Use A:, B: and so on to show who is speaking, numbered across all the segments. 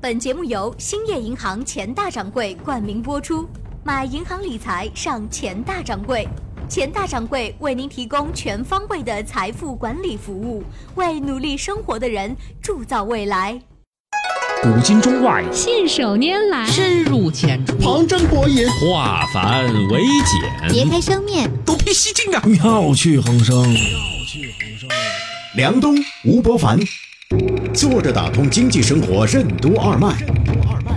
A: 本节目由兴业银行钱大掌柜冠名播出，买银行理财上钱大掌柜。钱大掌柜为您提供全方位的财富管理服务，为努力生活的人铸造未来。
B: 古今中外，
C: 信手拈来，
D: 深入浅出，
E: 旁征博引，
B: 化繁为简，
F: 别开生面，
B: 独辟蹊径啊！
G: 妙趣横生，妙
E: 趣横生。梁冬、吴伯凡，坐着打通经济生活任督二脉，任督二脉，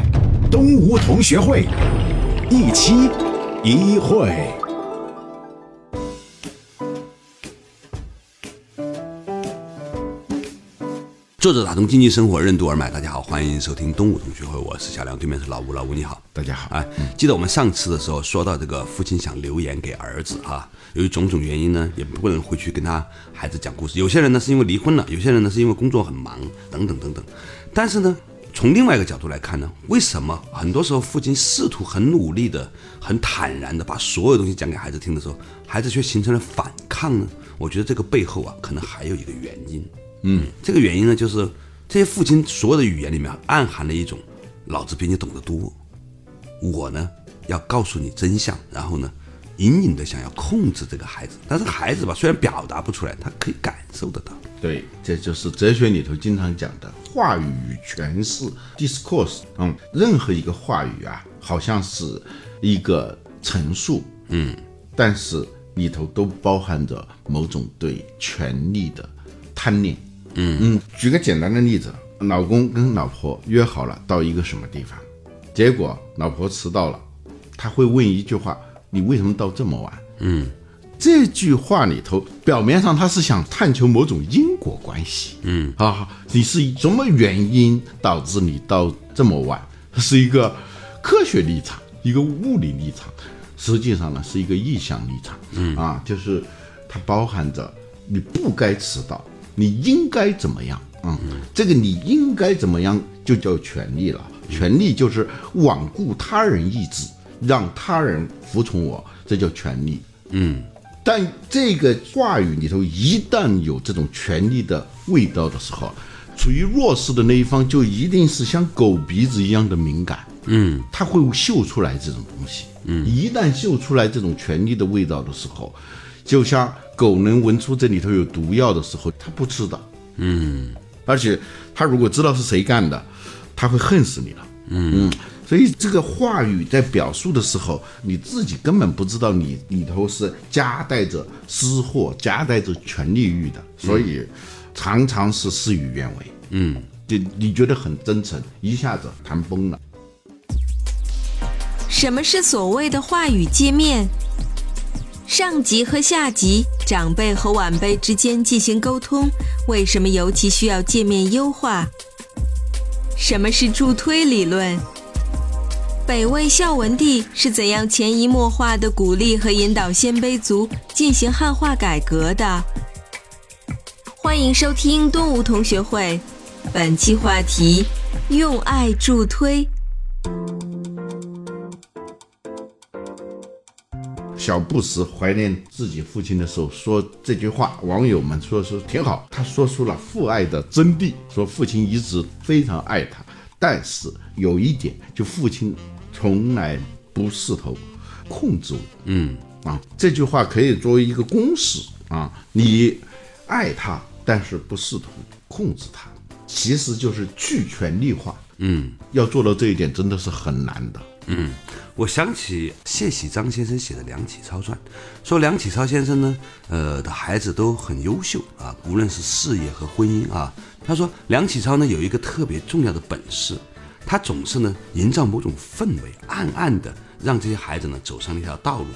E: 东吴同学会，一期一会。
H: 作者打通经济生活任督二脉，大家好，欢迎收听东吴同学会，我是小梁，对面是老吴，老吴你好，
E: 大家好。
H: 哎，记得我们上次的时候说到这个父亲想留言给儿子哈、由于种种原因呢，也不能回去跟他孩子讲故事。有些人呢是因为离婚了，有些人呢是因为工作很忙，等等等等。但是呢，从另外一个角度来看呢，为什么很多时候父亲试图很努力的、很坦然的把所有东西讲给孩子听的时候，孩子却形成了反抗呢？我觉得这个背后啊，可能还有一个原因。嗯，这个原因呢，就是这些父亲所有的语言里面暗含了一种“老子比你懂得多”，我呢要告诉你真相，然后呢，隐隐的想要控制这个孩子。但是孩子吧，虽然表达不出来，他可以感受得到。
I: 对，这就是哲学里头经常讲的话语与诠释 （discourse）。嗯，任何一个话语啊，好像是一个陈述，
H: 嗯，
I: 但是里头都包含着某种对权力的贪恋。
H: 嗯
I: 嗯，举个简单的例子，老公跟老婆约好了到一个什么地方，结果老婆迟到了，他会问一句话：“你为什么到这么晚？”
H: 嗯
I: 这句话里头，表面上他是想探求某种因果关系
H: 嗯
I: 啊，你是以什么原因导致你到这么晚？是一个科学立场，一个物理立场，实际上呢是一个意向立场，嗯啊，就是它包含着你不该迟到，你应该怎么样？嗯，这个你应该怎么样就叫权利了，权利就是罔顾他人意志，让他人服从我，这叫权利。
H: 嗯，
I: 但这个话语里头一旦有这种权力的味道的时候，处于弱势的那一方就一定是像狗鼻子一样的敏感，
H: 嗯
I: 他会嗅出来这种东西。嗯，一旦嗅出来这种权力的味道的时候，就像狗能闻出这里头有毒药的时候，它不吃的。
H: 嗯
I: 而且他如果知道是谁干的，他会恨死你了。嗯所以这个话语在表述的时候，你自己根本不知道你里头是夹带着私货、夹带着权力欲的，所以常常是事与愿违。
H: 嗯，
I: 就你觉得很真诚，一下子谈崩了。
J: 什么是所谓的话语界面？上级和下级、长辈和晚辈之间进行沟通，为什么尤其需要界面优化？什么是助推理论？北魏孝文帝是怎样潜移默化地鼓励和引导鲜卑族进行汉化改革的？欢迎收听东吴同学会，本期话题：用爱助推。
I: 小布什怀念自己父亲的时候说这句话，网友们说说挺好。他说出了父爱的真谛，说父亲一直非常爱他，但是有一点，就父亲从来不试图控制我。
H: 嗯
I: 啊，这句话可以作为一个公式啊，你爱他，但是不试图控制他，其实就是去权力化。
H: 嗯
I: 要做到这一点真的是很难的。
H: 嗯，我想起谢喜章先生写的《梁启超传》，说梁启超先生呢，呃，的孩子都很优秀啊，无论是事业和婚姻啊。他说梁启超呢有一个特别重要的本事，他总是呢营造某种氛围，暗暗的让这些孩子呢走上一条道路，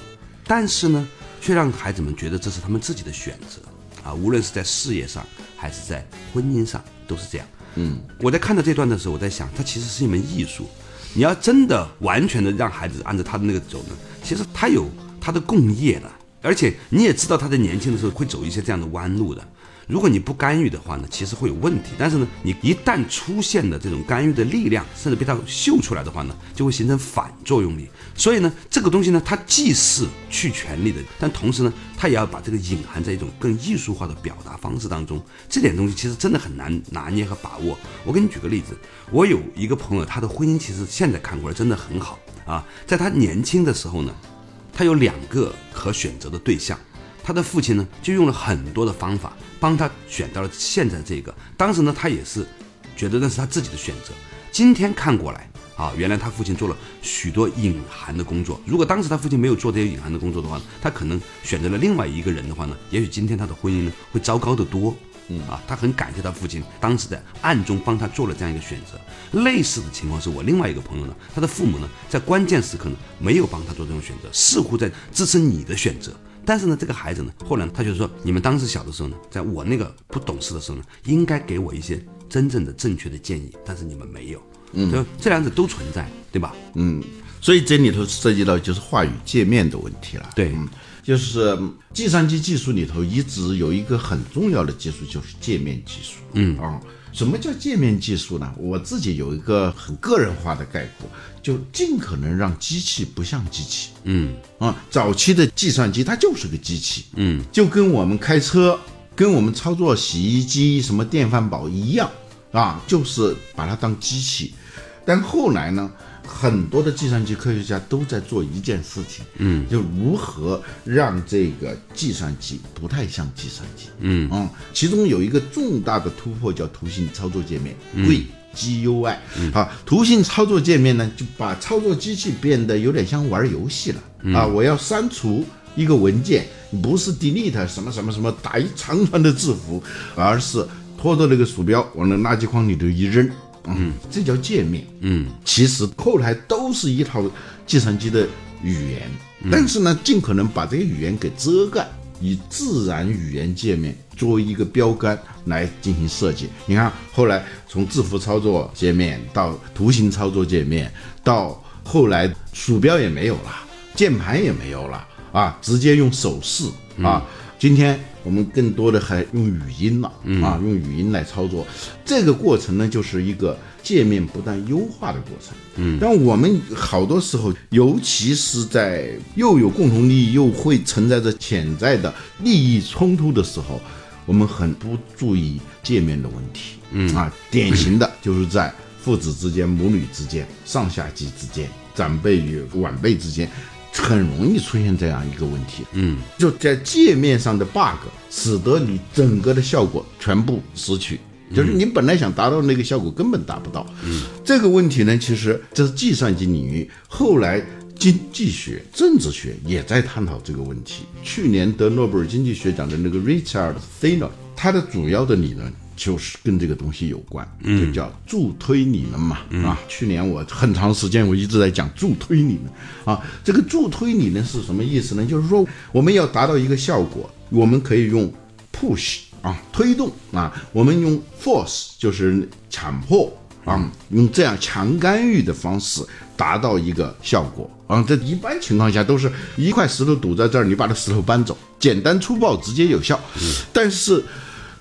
H: 但是呢，却让孩子们觉得这是他们自己的选择啊，无论是在事业上还是在婚姻上，都是这样。
I: 嗯，
H: 我在看到这段的时候，我在想，它其实是一门艺术。你要真的完全的让孩子按照他的那个走呢，其实他有他的共业的，而且你也知道他在年轻的时候会走一些这样的弯路的。如果你不干预的话呢，其实会有问题。但是呢，你一旦出现了这种干预的力量，甚至被它嗅出来的话呢，就会形成反作用力。所以呢，这个东西呢，它既是去权力的，但同时呢，它也要把这个隐含在一种更艺术化的表达方式当中。这点东西其实真的很难拿捏和把握。我给你举个例子，我有一个朋友，他的婚姻其实现在看过来真的很好啊，在他年轻的时候呢。他有两个可选择的对象，他的父亲呢就用了很多的方法帮他选到了现在这个。当时呢，他也是觉得那是他自己的选择。今天看过来啊，原来他父亲做了许多隐含的工作。如果当时他父亲没有做这些隐含的工作的话呢，他可能选择了另外一个人的话呢，也许今天他的婚姻呢会糟糕得多。嗯啊，他很感谢他父亲当时在暗中帮他做了这样一个选择。类似的情况是我另外一个朋友呢，他的父母呢在关键时刻呢没有帮他做这种选择，似乎在支持你的选择。但是呢，这个孩子呢，后来他就说，你们当时小的时候呢，在我那个不懂事的时候呢，应该给我一些真正的正确的建议，但是你们没有。嗯，就这两者都存在，对吧？嗯，
I: 所以这里头涉及到就是话语界面的问题了。
H: 对
I: 嗯，就是嗯计算机技术里头一直有一个很重要的技术就是界面技术。嗯啊、什么叫界面技术呢？我自己有一个很个人化的概括，就尽可能让机器不像机器。
H: 嗯
I: 啊，早期的计算机它就是个机器，嗯，就跟我们开车、跟我们操作洗衣机、什么电饭煲一样啊，就是把它当机器。但后来呢，很多的计算机科学家都在做一件事情，嗯，就如何让这个计算机不太像计算机，嗯啊，其中有一个重大的突破叫图形操作界面，GUI GUI 啊，图形操作界面呢，就把操作机器变得有点像玩游戏了、啊！我要删除一个文件，不是 delete 什么什么什么，打一长串的字符，而是拖着那个鼠标往那垃圾筐里头一扔，嗯，这叫界面。嗯，其实后来都是一套计算机的语言，但是呢，尽可能把这个语言给遮盖，以自然语言界面作为一个标杆来进行设计。你看，后来从字符操作界面到图形操作界面，到后来鼠标也没有了，键盘也没有了啊，直接用手势啊。今天我们更多的还用语音了、啊，用语音来操作。这个过程呢，就是一个界面不断优化的过程。嗯，但我们好多时候，尤其是在又有共同利益，又会存在着潜在的利益冲突的时候，我们很不注意界面的问题。嗯啊，典型的就是在父子之间、母女之间、上下级之间、长辈与晚辈之间。很容易出现这样一个问题，嗯，就在界面上的 bug，使得你整个的效果全部失去，就是你本来想达到那个效果根本达不到。嗯，这个问题呢，其实这是计算机领域，后来经济学、政治学也在探讨这个问题。去年得诺贝尔经济学奖的那个 Richard Thaler，他的主要的理论。就是跟这个东西有关，就叫助推理论嘛。啊，去年我很长时间我一直在讲助推理论啊。这个助推理论是什么意思呢？就是说我们要达到一个效果，我们可以用 push 啊推动啊，我们用 force 就是强迫啊，用这样强干预的方式达到一个效果啊。这一般情况下都是一块石头堵在这儿，你把这石头搬走，简单粗暴，直接有效。但是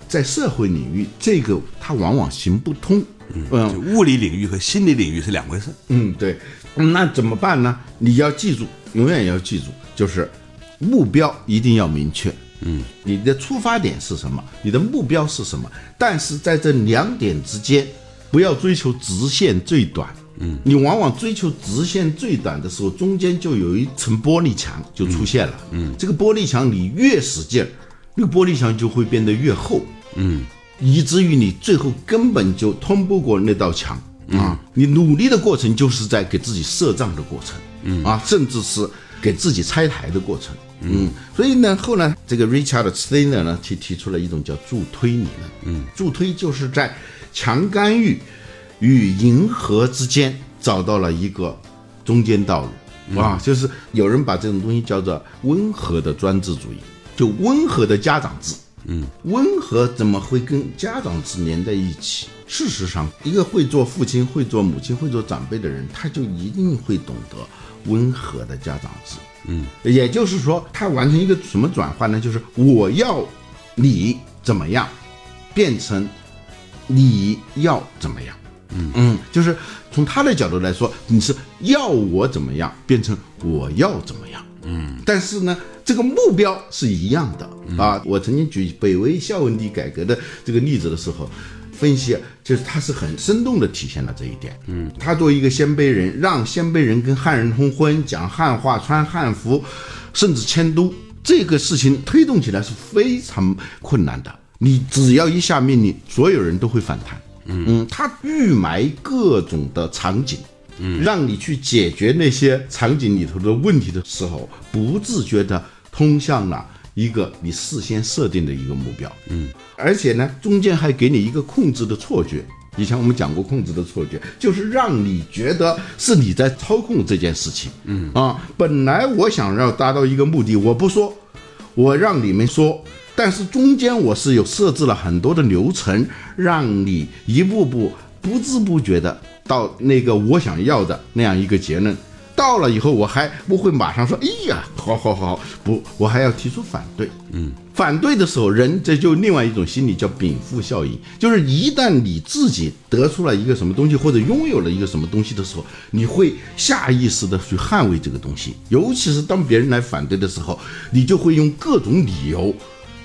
I: 在社会领域，这个它往往行不通。嗯
H: 就物理领域和心理领域是两回事。
I: 嗯，对，那怎么办呢？你要记住，永远要记住，就是目标一定要明确。嗯，你的出发点是什么？你的目标是什么？但是在这两点之间，不要追求直线最短。嗯，你往往追求直线最短的时候，中间就有一层玻璃墙就出现了。嗯，这个玻璃墙你越使劲儿，那个玻璃墙就会变得越厚。以至于你最后根本就通不过那道墙啊！你努力的过程就是在给自己设障的过程，嗯啊，甚至是给自己拆台的过程，嗯。所以呢，后来这个 Richard Steiner 呢提提出了一种叫助推理论，嗯，助推就是在强干预与迎合之间找到了一个中间道路。啊，就是有人把这种东西叫做温和的专制主义，就温和的家长制。温和怎么会跟家长制连在一起？事实上，一个会做父亲、会做母亲、会做长辈的人，他就一定会懂得温和的家长制。嗯，也就是说，他完成一个什么转换呢？就是我要你怎么样，变成你要怎么样。嗯嗯，就是从他的角度来说，你是要我怎么样，变成我要怎么样。嗯，但是呢，这个目标是一样的、啊。我曾经举北魏孝文帝改革的这个例子的时候，分析啊就是他是很生动的体现了这一点。嗯，他作为一个鲜卑人，让鲜卑人跟汉人通婚，讲汉话，穿汉服，甚至迁都，这个事情推动起来是非常困难的。你只要一下命令，所有人都会反弹。嗯，他预埋各种的场景，嗯，让你去解决那些场景里头的问题的时候，不自觉的通向了一个你事先设定的一个目标，嗯，而且呢，中间还给你一个控制的错觉。以前我们讲过控制的错觉，就是让你觉得是你在操控这件事情，嗯啊，本来我想要达到一个目的，我不说，我让你们说，但是中间我是有设置了很多的流程，让你一步步不知不觉的到那个我想要的那样一个结论。到了以后，我还不会马上说，哎呀，好好好，不，我还要提出反对。嗯，反对的时候，人这就另外一种心理叫禀赋效应，就是一旦你自己得出了一个什么东西，或者拥有了一个什么东西的时候，你会下意识的去捍卫这个东西，尤其是当别人来反对的时候，你就会用各种理由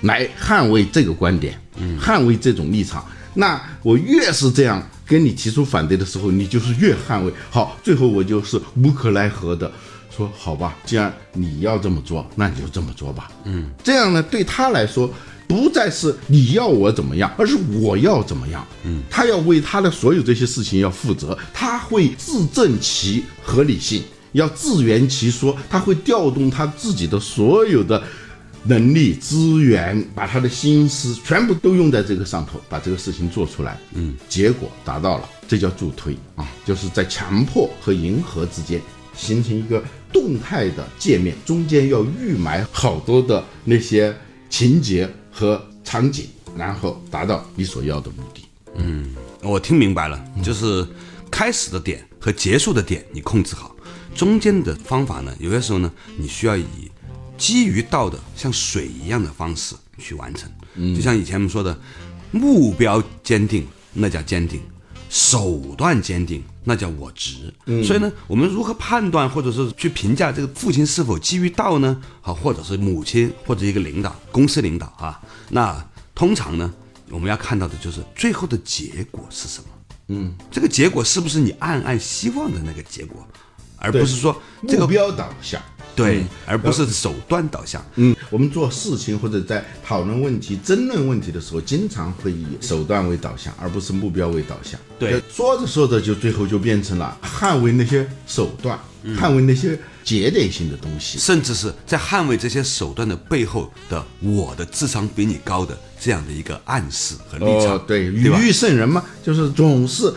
I: 来捍卫这个观点，捍卫这种立场。那我越是这样跟你提出反对的时候，你就是越捍卫。好，最后我就是无可奈何的说，好吧，既然你要这么做，那你就这么做吧。嗯，这样呢，对他来说。不再是你要我怎么样，而是我要怎么样。嗯，他要为他的所有这些事情要负责，他会自证其合理性，要自圆其说，他会调动他自己的所有的能力资源，把他的心思全部都用在这个上头，把这个事情做出来。嗯，结果达到了，这叫助推啊，就是在强迫和迎合之间形成一个动态的界面，中间要预埋好多的那些情节和场景，然后达到你所要的目的。
H: 我听明白了，就是开始的点和结束的点你控制好，中间的方法呢，有些时候呢，你需要以基于道的像水一样的方式去完成。就像以前我们说的，目标坚定那叫坚定，手段坚定那叫我执。嗯所以呢，我们如何判断或者是去评价这个父亲是否基于道呢？好，或者是母亲或者一个领导、公司领导啊，那通常呢，我们要看到的就是最后的结果是什么。嗯，这个结果是不是你暗暗希望的那个结果，而不
I: 对
H: 是说这个
I: 目标导向。
H: 对，而不是手段导向。
I: 嗯，我们做事情或者在讨论问题、争论问题的时候，经常会以手段为导向，而不是目标为导向。呃
H: 对，
I: 说着说着就最后就变成了捍卫那些手段，
H: 嗯
I: 捍卫那些节点性的东西。
H: 甚至是在捍卫这些手段的背后的我的智商比你高的这样的一个暗示和立场，
I: 哦、对，
H: 对吧
I: 语？欲胜人嘛，就是总是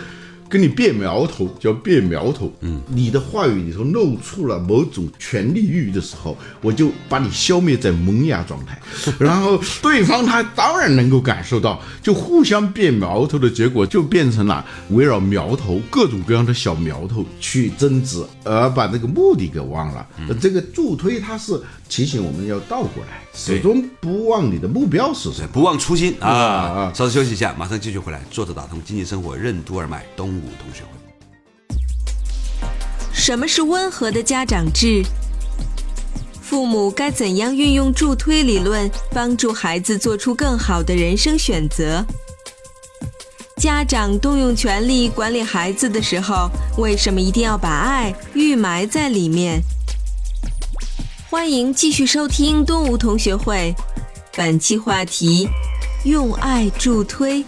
I: 跟你变苗头，叫变苗头。嗯，你的话语里头露出了某种权力欲的时候，我就把你消灭在萌芽状态， 然后对方他当然能够感受到，就互相变苗头的结果就变成了围绕苗头各种各样的小苗头去争执，而把那个目的给忘了。
H: 嗯
I: 这个助推它是提醒我们要倒过来，始终不忘你的目标是什么。
H: 不忘初心啊
I: 啊！
H: 稍事休息一下，马上继续回来。作者打通经济生活任督二脉，东吴同学会。
J: 什么是温和的家长制？父母该怎样运用助推理论，帮助孩子做出更好的人生选择？家长动用权力管理孩子的时候，为什么一定要把爱预埋在里面？欢迎继续收听东吴同学会，本期话题：用爱助推。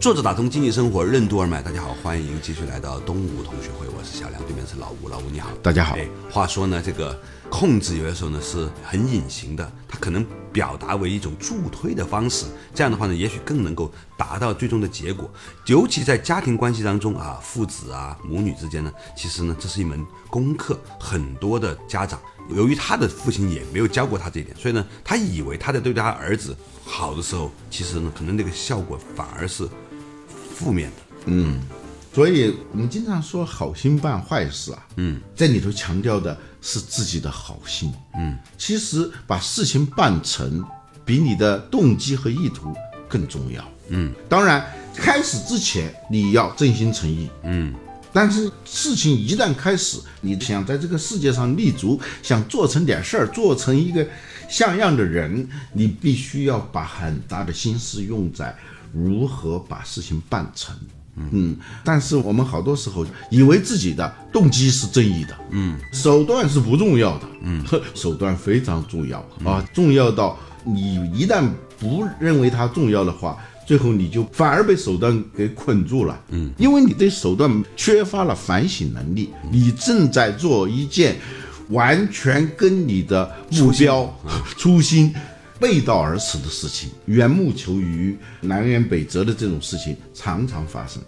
H: 作者打通经济生活任督二脉，大家好，欢迎继续来到东吴同学会，我是小梁，对面是老吴，老吴你好，
I: 大家好
H: 哎，话说呢，这个控制有的时候呢是很隐形的，它可能表达为一种助推的方式，这样的话呢，也许更能够达到最终的结果。尤其在家庭关系当中啊，父子啊、母女之间呢，其实呢这是一门功课，很多的家长。由于他的父亲也没有教过他这一点，所以呢，他以为他在对他儿子好的时候，其实呢，可能那个效果反而是负面的。
I: 所以我们经常说好心办坏事啊，嗯，在里头强调的是自己的好心，嗯，其实把事情办成，比你的动机和意图更重要，嗯，当然开始之前你要真心诚意，但是事情一旦开始，你想在这个世界上立足，想做成点事儿，做成一个像样的人，你必须要把很大的心思用在如何把事情办成。嗯，但是我们好多时候以为自己的动机是正义的，嗯，手段是不重要的，嗯， 手段非常重要啊，重要到你一旦不认为它重要的话，最后你就反而被手段给捆住了，嗯，因为你对手段缺乏了反省能力，你正在做一件完全跟你的目标、 初心嗯背道而驰的事情，缘木求鱼、南辕北辙的这种事情常常发生。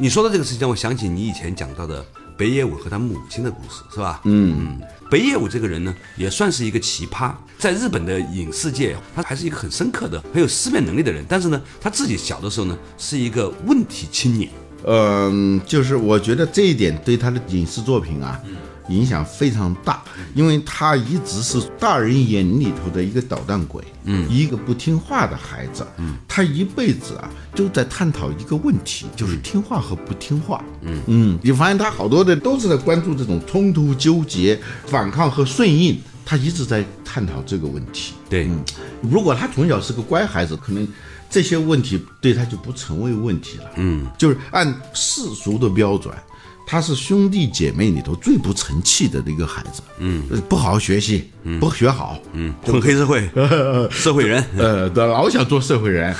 H: 你说到这个事情，让我想起你以前讲到的北野武和他母亲的故事，是吧？嗯嗯。北野武这个人呢，也算是一个奇葩，在日本的影视界，他还是一个很深刻的、很有思辨能力的人。但是呢，他自己小的时候呢，是一个问题青年。
I: 嗯，就是我觉得这一点对他的影视作品啊，影响非常大，因为他一直是大人眼里头的一个捣蛋鬼，嗯，一个不听话的孩子，嗯，他一辈子啊就在探讨一个问题，就是听话和不听话，嗯嗯，你发现他好多的都是在关注这种冲突、纠结、反抗和顺应，他一直在探讨这个问题，
H: 对，
I: 如果他从小是个乖孩子，可能这些问题对他就不成为问题了。嗯，就是按世俗的标准，他是兄弟姐妹里头最不成器的一个孩子。嗯，不好好学习，不学好，
H: 嗯，混 黑社会，社会人。
I: 呃，老想做社会 人。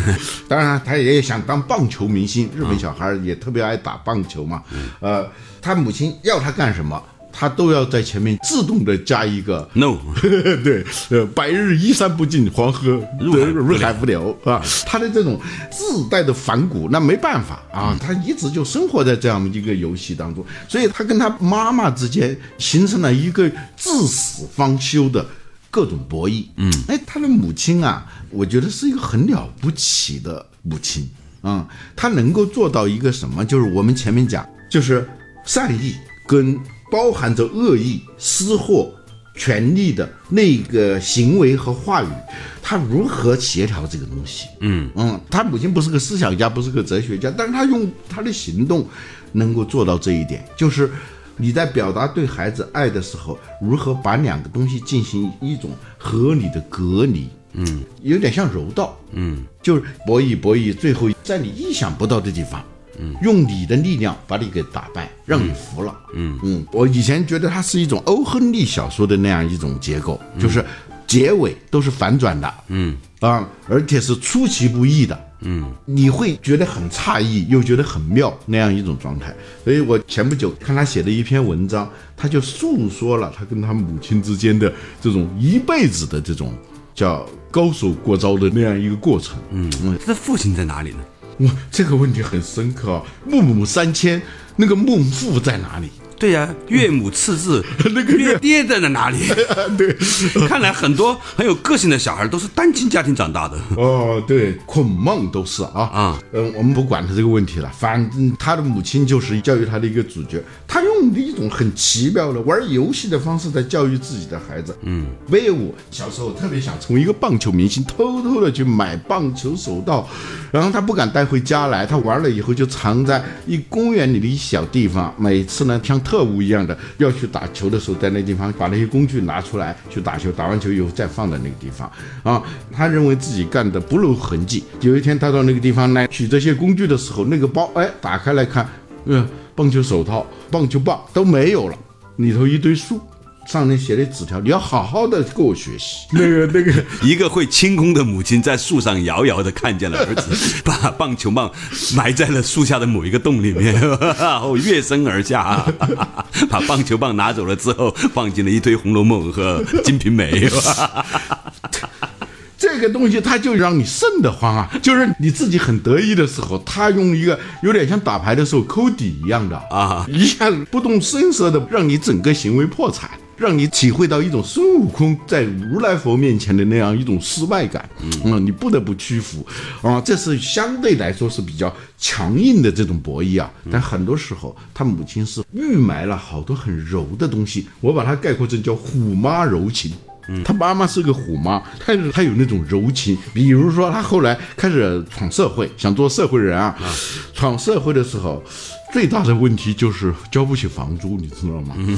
I: 当然，他也想当棒球明星，日本小孩也特别爱打棒球嘛。呃，他母亲要他干什么，他都要在前面自动的加一个
H: No，
I: 对，呃，白日依山不尽，黄河
H: 入海
I: 呃入海不流啊！他的这种自带的反骨，那没办法啊，他一直就生活在这样一个游戏当中，所以他跟他妈妈之间形成了一个至死方休的各种博弈。嗯，哎，他的母亲啊，我觉得是一个很了不起的母亲啊、嗯，她能够做到一个什么？就是我们前面讲，就是善意跟包含着恶意、私货、权利的那个行为和话语，他如何协调这个东西？嗯嗯，他母亲不是个思想家，不是个哲学家，但是他用他的行动能够做到这一点，就是你在表达对孩子爱的时候，如何把两个东西进行一种合理的隔离。嗯，有点像柔道，嗯，就是博弈博弈，最后在你意想不到的地方，用你的力量把你给打败，让你服了。嗯嗯，我以前觉得它是一种欧亨利小说的那样一种结构，就是结尾都是反转的。嗯啊，而且是出其不意的。嗯，你会觉得很诧异，又觉得很妙那样一种状态。所以我前不久看他写的一篇文章，他就诉说了他跟他母亲之间的这种一辈子的这种叫高手过招的那样一个过程。嗯嗯，
H: 他的父亲在哪里呢？
I: 哇，这个问题很深刻啊！孟母三迁，那个孟父在哪里？
H: 对呀、岳母赤 字，
I: 那个
H: 岳爹在哪 里？
I: 对，
H: 看来很多很有个性的小孩都是单亲家庭长大的。
I: 哦，对，孔孟都是啊
H: 啊，
I: 嗯，我们不管他这个问题了，反正他的母亲就是教育他的一个主角，他用一种很奇妙的玩游戏的方式在教育自己的孩子。嗯，威尔伍小时候特别想从一个棒球明星偷偷的去买棒球手套，然后他不敢带回家来，他玩了以后就藏在一公园里的一小地方，每次呢像特务一样的要去打球的时候，在那地方把那些工具拿出来去打球，打完球以后再放在那个地方啊。他认为自己干的不露痕迹。有一天他到那个地方来取这些工具的时候，那个包哎打开来看，呃，棒球手套、棒球棒都没有了，里头一堆书。上面写的纸条，你要好好的跟我学习。那个那个，
H: 一个会清空的母亲在树上遥遥的看见了儿 子，把棒球棒埋在了树下的某一个洞里面， 然后跃身而下， 把棒球棒拿走了之后，放进了一堆《红楼梦》和《金瓶梅》。
I: 这个东西它就让你瘆得慌啊！就是你自己很得意的时候，他用一个有点像打牌的时候抠底一样的
H: 啊，
I: 一下子不动声色的让你整个行为破产。让你体会到一种孙悟空在如来佛面前的那样一种失败感，嗯，你不得不屈服，啊，这是相对来说是比较强硬的这种博弈啊。但很多时候，他母亲是预埋了好多很柔的东西，我把它概括成叫虎妈柔情。他妈妈是个虎妈，她有她有那种柔情。比如说，她后来开始闯社会，想做社会人啊。闯社会的时候，最大的问题就是交不起房租，你知道吗？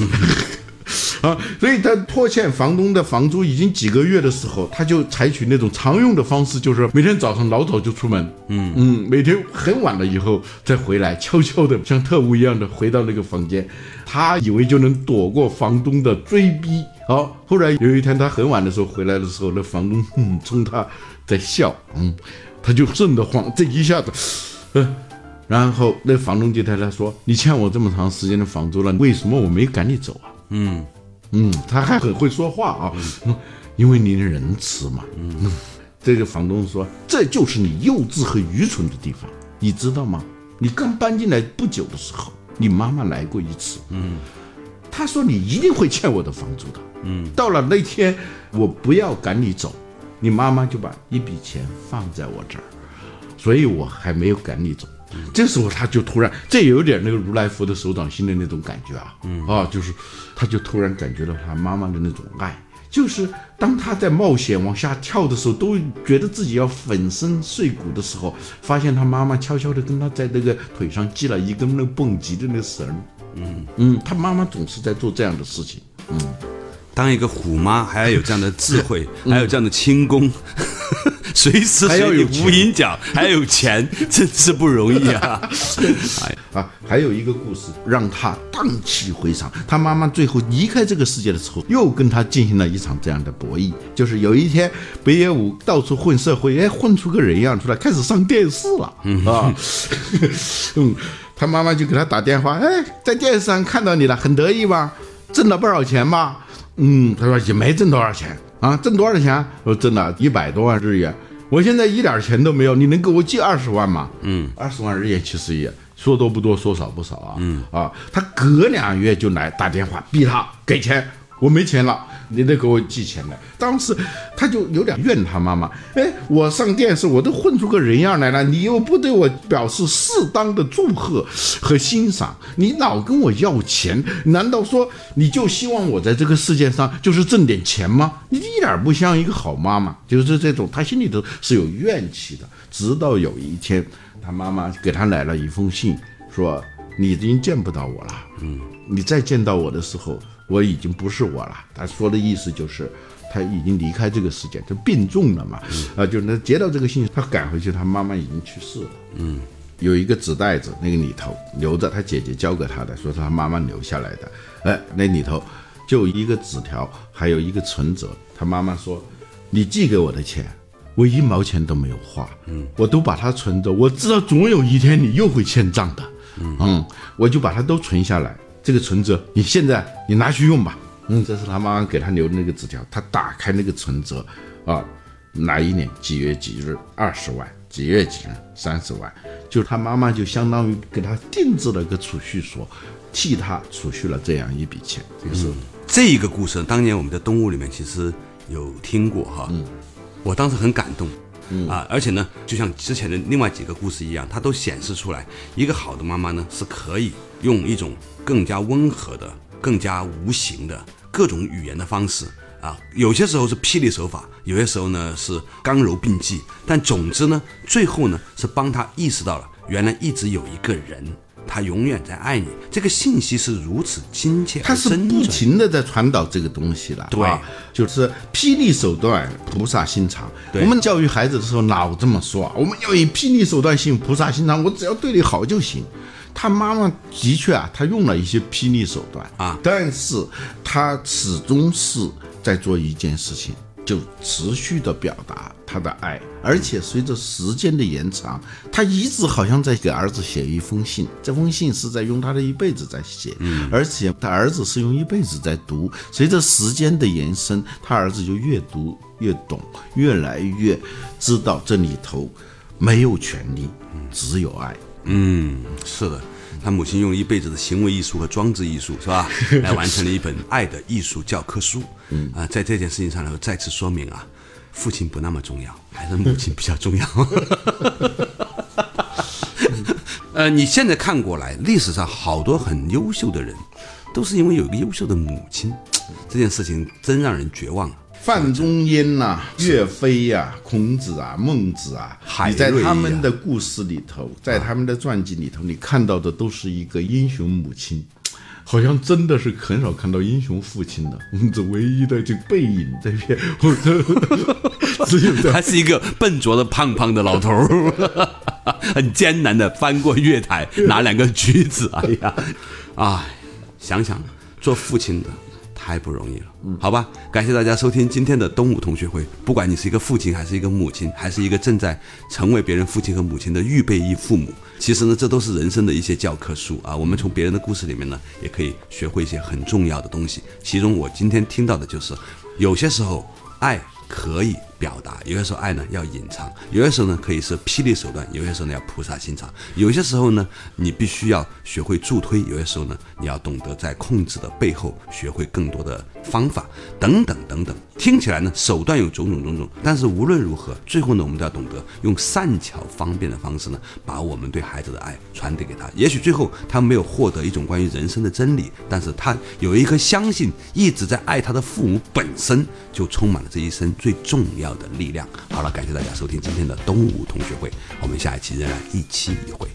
I: 啊，所以他拖欠房东的房租已经几个月的时候，他就采取那种常用的方式，就是每天早上老早就出门，嗯嗯，每天很晚了以后再回来，悄悄的像特务一样的回到那个房间，他以为就能躲过房东的追逼。好，后来有一天他很晚的时候回来的时候，那房东嗯冲他在笑，嗯，他就瘆得慌，这一下子，嗯。然后那房东就对他说：“你欠我这么长时间的房租了，为什么我没赶你走啊？”嗯，他还很会说话啊，嗯因为您仁慈嘛。嗯，这个房东说，这就是你幼稚和愚蠢的地方，你知道吗？你刚搬进来不久的时候，你妈妈来过一次。嗯，他说你一定会欠我的房租的。嗯，到了那天，我不要赶你走，你妈妈就把一笔钱放在我这儿。所以我还没有赶你走。这时候他就突然，这有点那个如来佛的手掌心的那种感觉啊，嗯啊，就是他就突然感觉到他妈妈的那种爱，就是当他在冒险往下跳的时候，都觉得自己要粉身碎骨的时候，发现他妈妈悄悄的跟他在那个腿上系了一根那个蹦极的那个绳，嗯嗯，他妈妈总是在做这样的事情，
H: 当一个虎妈还要有这样的智慧，还有这样的 轻功，随时
I: 嗯还要
H: 随
I: 有
H: 地无影脚，还有钱，真是不容易啊！
I: 啊，还有一个故事让他荡气回肠。他妈妈最后离开这个世界的时候，又跟他进行了一场这样的博弈，就是有一天北野武到处混社会，哎，混出个人样出来，开始上电视了啊， 嗯，他妈妈就给他打电话，哎，在电视上看到你了，很得意吧？挣了不少钱吧？嗯，他说也没挣多少钱啊，挣多少钱？我说挣了一百多万日元。我现在一点钱都没有，你能给我寄二十万吗？嗯，二十万日元其实也说多不多，说少不少啊。嗯啊，他隔两月就来打电话逼他给钱，我没钱了，你得给我寄钱来。当时他就有点怨他妈妈，哎，我上电视我都混出个人样来了，你又不对我表示适当的祝贺和欣赏，你老跟我要钱，难道说你就希望我在这个世界上就是挣点钱吗？你一点儿不像一个好妈妈，就是这种，他心里头是有怨气的。直到有一天，他妈妈给他来了一封信，说你已经见不到我了，嗯，你再见到我的时候，我已经不是我了。他说的意思就是。他已经离开这个世界，就病重了嘛，啊、就是他接到这个信，他赶回去，他妈妈已经去世了。有一个纸袋子，那个里头留着他姐姐交给他的，说是他妈妈留下来的。哎，那里头就一个纸条，还有一个存折。他妈妈说：“你寄给我的钱，我一毛钱都没有花，嗯，我都把它存着，我知道总有一天你又会欠账的，嗯，我就把它都存下来。这个存折，你现在你拿去用吧。”嗯，这是他妈妈给他留的那个纸条。他打开那个存折，啊，哪一年几月几日二十万，几月几日三十万，就他妈妈就相当于给他定制了一个储蓄所，替他储蓄了这样一笔钱。这个是、
H: 嗯这一个故事，当年我们在东屋里面其实有听过哈，
I: 嗯
H: 我当时很感动。啊，而且呢，就像之前的另外几个故事一样，它都显示出来，一个好的妈妈呢是可以用一种更加温和的、更加无形的各种语言的方式啊，有些时候是霹雳手法，有些时候呢是刚柔并济，但总之呢，最后呢是帮他意识到了，原来一直有一个人，他永远在爱你，这个信息是如此亲切
I: 他
H: 而
I: 是
H: 深
I: 不
H: 沉。
I: 停的在传导这个东西了，
H: 对
I: 啊就是霹雳手段，菩萨心肠。
H: 对
I: 我们教育孩子的时候老这么说，我们要以霹雳手段行菩萨心肠，我只要对你好就行。他妈妈的确啊，她用了一些霹雳手段
H: 啊
I: 但是她始终是在做一件事情，就持续的表达她的爱，而且随着时间的延长，她一直好像在给儿子写一封信，这封信是在用她的一辈子在写，而且她儿子是用一辈子在读，随着时间的延伸，她儿子就越读越懂，越来越知道这里头没有权利，只有爱。
H: 嗯，是的，他母亲用了一辈子的行为艺术和装置艺术，是吧，来完成了一本爱的艺术教科书。嗯啊、在这件事情上呢，再次说明啊，父亲不那么重要，还是母亲比较重要。 呃，你现在看过来，历史上好多很优秀的人，都是因为有一个优秀的母亲，这件事情真让人绝望啊。
I: 范仲淹呐、岳飞呀、孔子啊、孟子啊，
H: 海
I: 你在
H: 瑞
I: 他们
H: 呀
I: 的故事里头，在他们的传记里头，你看到的都是一个英雄母亲，好像真的是很少看到英雄父亲的。我们这唯一的这个背影这边，我这 只有在
H: 还是一个笨拙的胖胖的老头儿， 很艰难的翻过月台拿两个橘子。哎呀，啊，想想做父亲的太不容易了，好吧？感谢大家收听今天的东吴同学会。不管你是一个父亲，还是一个母亲，还是一个正在成为别人父亲和母亲的预备役父母，其实呢，这都是人生的一些教科书啊。我们从别人的故事里面呢，也可以学会一些很重要的东西。其中我今天听到的就是，有些时候爱可以表达，有些时候爱呢要隐藏，有些时候呢可以是霹雳手段，有些时候呢要菩萨心肠，有些时候呢你必须要学会助推，有些时候呢你要懂得在控制的背后学会更多的方法，等等等等。听起来呢手段有种种种种，但是无论如何，最后呢我们都要懂得用善巧方便的方式呢，把我们对孩子的爱传递给他。也许最后他没有获得一种关于人生的真理，但是他有一颗相信一直在爱他的父母本身就充满了这一生最重要的力量。好了，感谢大家收听今天的东吴同学会，我们下一期仍然一期一会。